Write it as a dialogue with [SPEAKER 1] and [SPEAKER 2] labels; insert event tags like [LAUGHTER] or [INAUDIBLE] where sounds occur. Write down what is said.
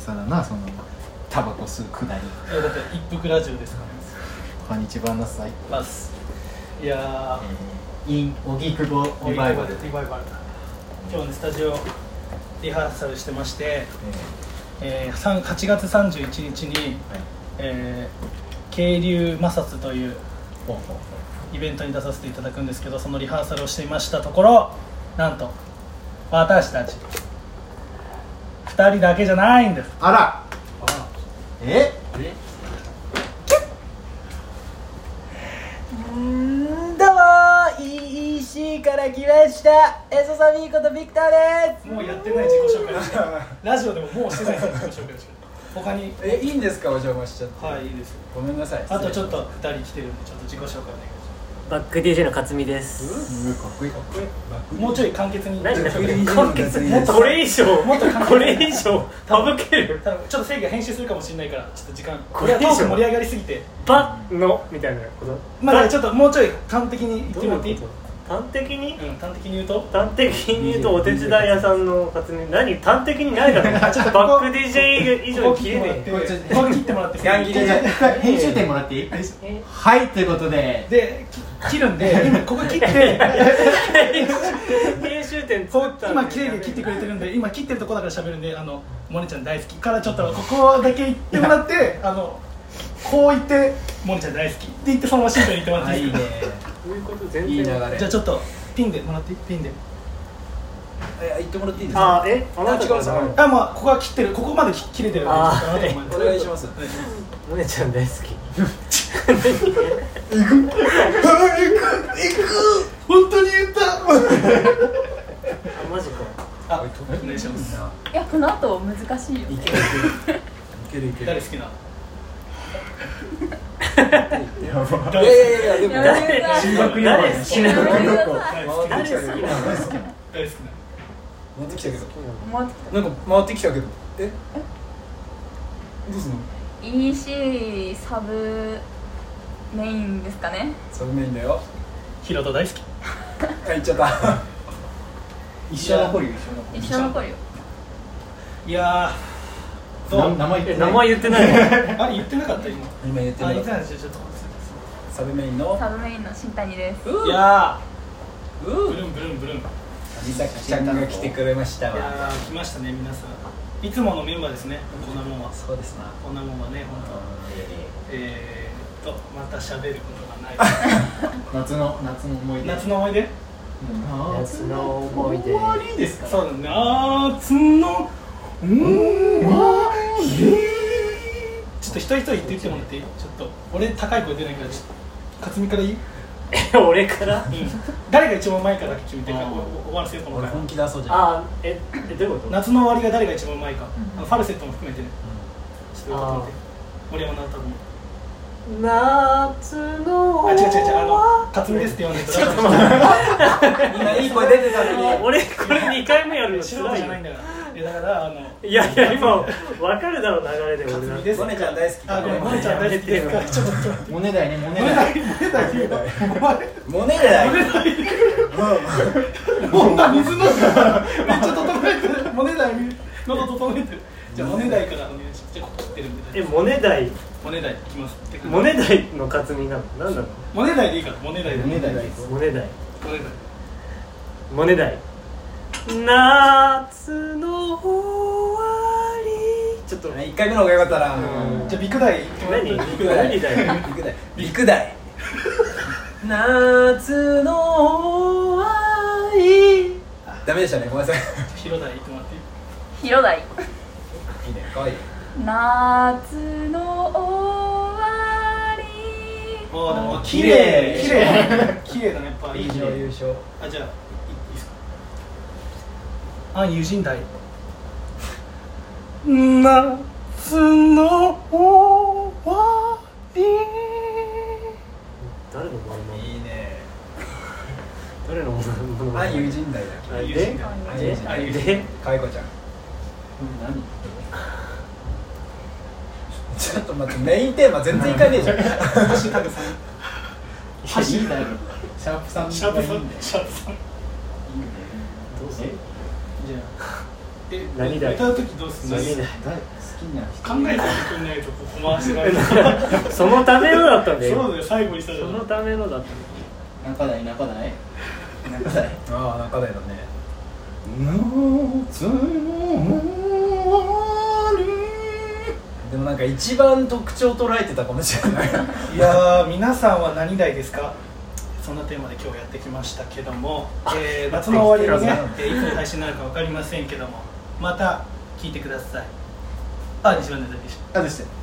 [SPEAKER 1] 久々だなそのタバコ吸うくだり
[SPEAKER 2] いやだって一服ラジオですから
[SPEAKER 1] こんにちはなさい、
[SPEAKER 2] ますいや
[SPEAKER 1] えー、イン荻窪
[SPEAKER 2] ー
[SPEAKER 1] リバイバル
[SPEAKER 2] リバイバルだ今日ねスタジオリハーサルしてまして、えー、さん8月31日に、
[SPEAKER 1] えーはい
[SPEAKER 2] えー、渓流摩擦という
[SPEAKER 1] ほうほうほ
[SPEAKER 2] イベントに出させていただくんですけどそのリハーサルをしていましたところなんと私たち2人だけじゃないんです
[SPEAKER 1] うあらえ
[SPEAKER 3] どうも EEC から来ましたエソサミーことビクターです
[SPEAKER 2] もうやってない自己紹介で
[SPEAKER 1] [LAUGHS]
[SPEAKER 2] しかラジオでももうしてないですよ自己紹介でしか他に
[SPEAKER 4] えいいんですかお邪魔しちゃって、
[SPEAKER 2] はいいいですよ
[SPEAKER 4] ごめんなさい
[SPEAKER 2] あとちょっ
[SPEAKER 4] と
[SPEAKER 2] と2人来てるんでちょっと自己紹介お願いします
[SPEAKER 3] バック DJ の勝美です
[SPEAKER 1] うーかっこいいかっこいい
[SPEAKER 2] もうちょい簡潔に。 [LAUGHS]
[SPEAKER 3] 何
[SPEAKER 2] ちょ
[SPEAKER 3] だ
[SPEAKER 2] っ
[SPEAKER 3] こ
[SPEAKER 2] と
[SPEAKER 3] れ
[SPEAKER 4] 完結
[SPEAKER 3] これ以上
[SPEAKER 2] もっと簡潔
[SPEAKER 3] これ以上省ける
[SPEAKER 2] ちょっと正義が編集するかもしれないから、ちょっと時間。こ
[SPEAKER 3] こ
[SPEAKER 2] れ
[SPEAKER 3] れ
[SPEAKER 2] は
[SPEAKER 3] で
[SPEAKER 2] ト
[SPEAKER 3] し
[SPEAKER 2] ー
[SPEAKER 3] ょ
[SPEAKER 2] ク盛り上がりすぎて。
[SPEAKER 3] バのみたいなこと
[SPEAKER 2] まあ、ちょっともうちょい端的に言ってもらっていい。う
[SPEAKER 3] 端的に
[SPEAKER 2] ん、端的に言うと。
[SPEAKER 3] 端的に言うとお手伝い屋さんの勝美何端的にないだろ
[SPEAKER 2] [LAUGHS]
[SPEAKER 3] バック DJ 以上
[SPEAKER 2] こ
[SPEAKER 3] に
[SPEAKER 2] こ
[SPEAKER 3] 切
[SPEAKER 2] 切っ
[SPEAKER 3] れ
[SPEAKER 2] てもらって。ここ切ってもらっ
[SPEAKER 3] ねえ
[SPEAKER 2] て。
[SPEAKER 4] ヤンギリ
[SPEAKER 1] じゃあ一回編集点もらっていいはいということで
[SPEAKER 2] で、き切るんで、今ここ [LAUGHS] 切って。
[SPEAKER 3] 編集点
[SPEAKER 2] こ
[SPEAKER 3] 作
[SPEAKER 2] う
[SPEAKER 3] った
[SPEAKER 2] 今綺麗に切ってくれてるんで今切ってるとこだから喋るんであのモネちゃん大好きからちょっとここだけ言ってもらってあのこう言ってモネちゃん大好きって言ってそのままシンプルに言ってもらっ
[SPEAKER 4] あ
[SPEAKER 2] てい
[SPEAKER 4] い
[SPEAKER 2] い
[SPEAKER 4] い
[SPEAKER 2] で
[SPEAKER 4] ね
[SPEAKER 2] すか
[SPEAKER 3] こういうこと全
[SPEAKER 4] いい流
[SPEAKER 3] 然
[SPEAKER 4] れ
[SPEAKER 2] じゃあちょっとピンでもらっていいピンで
[SPEAKER 4] え言ってもらっていいですか
[SPEAKER 3] あえあなた
[SPEAKER 4] あ違う
[SPEAKER 3] か
[SPEAKER 4] 違う
[SPEAKER 2] あまあここは切ってるここまで切切れてるんで
[SPEAKER 3] あー
[SPEAKER 2] ちょっとあなたも
[SPEAKER 4] お願いします
[SPEAKER 3] モネちゃん大好き
[SPEAKER 1] 本当に言った
[SPEAKER 3] あマジか
[SPEAKER 2] あお願いします
[SPEAKER 5] いやこの後難しいよ
[SPEAKER 4] いけるいけるいけるいける
[SPEAKER 2] 誰好きな
[SPEAKER 4] やばいやいやいやでも
[SPEAKER 5] やめてください
[SPEAKER 1] 進学用
[SPEAKER 3] 誰好
[SPEAKER 1] ね
[SPEAKER 3] き
[SPEAKER 5] やめてください
[SPEAKER 2] 大好きな
[SPEAKER 4] 回ってきたけど
[SPEAKER 3] 誰好きなの
[SPEAKER 4] 回って
[SPEAKER 2] 大好きな
[SPEAKER 5] もうちょっ
[SPEAKER 4] きたけどなんか回ってきたけどえどうすんの
[SPEAKER 5] と EC サブメインですかね
[SPEAKER 4] サブメインだよ
[SPEAKER 2] ヒロト大好き
[SPEAKER 4] あ行っちゃった
[SPEAKER 1] 一緒の堀よ
[SPEAKER 5] 一緒残るよ
[SPEAKER 2] いやー
[SPEAKER 1] 一緒の
[SPEAKER 2] ど
[SPEAKER 1] 名前言
[SPEAKER 3] え
[SPEAKER 1] ってな
[SPEAKER 3] 名
[SPEAKER 1] い
[SPEAKER 3] 前言ってないの
[SPEAKER 2] うあれ言ってなかった今あ
[SPEAKER 4] [LAUGHS] 今言って
[SPEAKER 2] 言
[SPEAKER 4] る
[SPEAKER 2] ってないですちょっと
[SPEAKER 4] サブメインの
[SPEAKER 5] サブメインの新谷です
[SPEAKER 2] いや
[SPEAKER 4] う
[SPEAKER 2] ー
[SPEAKER 4] ー
[SPEAKER 2] ブルンブルンブルンい
[SPEAKER 4] 美咲ちゃんが来てくれましたわ
[SPEAKER 2] やー来ましたね皆さんいつものメンバーですねこんなもんは
[SPEAKER 4] そうですな
[SPEAKER 2] こんなもんはね本当えーっとまた喋ることがない
[SPEAKER 1] 夏の夏の思い出
[SPEAKER 2] 夏の思い出
[SPEAKER 1] うん
[SPEAKER 3] 夏の思い出
[SPEAKER 1] 終わりですか
[SPEAKER 2] そうだね夏のうんちょっと一人一人言って言ってもらっていいちょっと俺高い声出ないからちょっと克実からいい
[SPEAKER 3] え俺から
[SPEAKER 2] 誰が一番うまいかだけ決めて
[SPEAKER 4] あー
[SPEAKER 2] お終わらせようと思う
[SPEAKER 4] 俺
[SPEAKER 2] から
[SPEAKER 4] 本気出そうじゃん
[SPEAKER 3] あええどういうこと
[SPEAKER 2] 夏の終わりが誰が一番うまいか、あのファルセットも含めてねちょっと待って森山直太郎
[SPEAKER 3] 夏の
[SPEAKER 2] あ違う違う違うあの克実ですって呼んで
[SPEAKER 3] ちょっ
[SPEAKER 2] っ
[SPEAKER 3] と待って
[SPEAKER 4] 今いい声出てたのに
[SPEAKER 3] 俺これ2回目やるのつ
[SPEAKER 2] 素人
[SPEAKER 3] らい
[SPEAKER 2] じゃないん
[SPEAKER 3] よ
[SPEAKER 2] だからいやだからあの
[SPEAKER 3] いやいや今分かるだろ流れで俺
[SPEAKER 2] 克
[SPEAKER 3] だ
[SPEAKER 2] 実です
[SPEAKER 4] モネちゃん大好き
[SPEAKER 2] あごめんモネちゃん大好きですかちょっと待って
[SPEAKER 1] モネだよねモネだよ
[SPEAKER 4] モネだよ
[SPEAKER 2] もう水飲んだめっちゃ整えてるモネ台喉整えてるじゃあモネ台からお願いしますじゃあここ切ってるんで
[SPEAKER 3] えモネ台
[SPEAKER 2] モネ台いきますって
[SPEAKER 3] モネ台の克実なの何なの
[SPEAKER 2] モネ台でいいからモネ台で
[SPEAKER 1] モネ台です
[SPEAKER 3] モネ台
[SPEAKER 2] モネ台
[SPEAKER 3] モネ台夏の終わりちょっと
[SPEAKER 4] 一回目の方が良かったな
[SPEAKER 3] うん
[SPEAKER 2] じゃあビク台行ってもらっていい
[SPEAKER 3] 何
[SPEAKER 4] ビクダイ
[SPEAKER 3] 何だよ
[SPEAKER 4] ビクダイビクダイ夏の終わりダメでしたねごめんなさい
[SPEAKER 2] 広台行ってもらっていい
[SPEAKER 5] 広大
[SPEAKER 4] いいね可愛い
[SPEAKER 5] 夏の終わり
[SPEAKER 2] あーでも綺
[SPEAKER 1] 綺
[SPEAKER 2] 麗
[SPEAKER 1] 麗
[SPEAKER 2] 綺麗綺麗だねやっぱいい
[SPEAKER 4] 優
[SPEAKER 2] じゃ
[SPEAKER 4] 勝優
[SPEAKER 2] ん
[SPEAKER 4] 勝
[SPEAKER 2] あじゃあいいですかあ友人台夏の終わり
[SPEAKER 3] 誰のモノマネ
[SPEAKER 4] いいね
[SPEAKER 3] 誰のモノマ
[SPEAKER 4] あ
[SPEAKER 3] ネ
[SPEAKER 4] 友人代だ
[SPEAKER 3] あ
[SPEAKER 2] 友人
[SPEAKER 3] で
[SPEAKER 2] 台
[SPEAKER 4] あ
[SPEAKER 3] で
[SPEAKER 4] 友人代
[SPEAKER 3] で
[SPEAKER 4] かわいこちゃんちょっと待ってメインテーマ全然いかねえじゃん
[SPEAKER 2] ハッシュタグさん
[SPEAKER 1] 橋だよシャープさん
[SPEAKER 2] シャープ
[SPEAKER 1] がいい
[SPEAKER 2] さ
[SPEAKER 1] んだよ
[SPEAKER 2] んシャープさん
[SPEAKER 3] どうする
[SPEAKER 1] え
[SPEAKER 2] じゃあで
[SPEAKER 1] 何だよ
[SPEAKER 2] 歌う時どうするの
[SPEAKER 1] 何
[SPEAKER 2] 考
[SPEAKER 1] だ
[SPEAKER 4] きな
[SPEAKER 2] えてくんないとここ回しないから
[SPEAKER 6] そのためのだったんだ
[SPEAKER 2] そう
[SPEAKER 6] よ
[SPEAKER 2] だよ最後にさ
[SPEAKER 6] そのためのだったんだよ
[SPEAKER 3] 中台中台中台
[SPEAKER 4] ああ中台だね
[SPEAKER 1] 夏の終わ
[SPEAKER 4] でもなんか一番特徴捉えてたかもしれない
[SPEAKER 2] いやー皆さんは何代ですかそんなテーマで今日やってきましたけども、え [LAUGHS] ー夏の終わりにね
[SPEAKER 4] やっ、
[SPEAKER 2] えーいつ配信になるか分かりませんけどもまた聞いてくださいあ西村大でし
[SPEAKER 1] り
[SPEAKER 2] た
[SPEAKER 1] あでして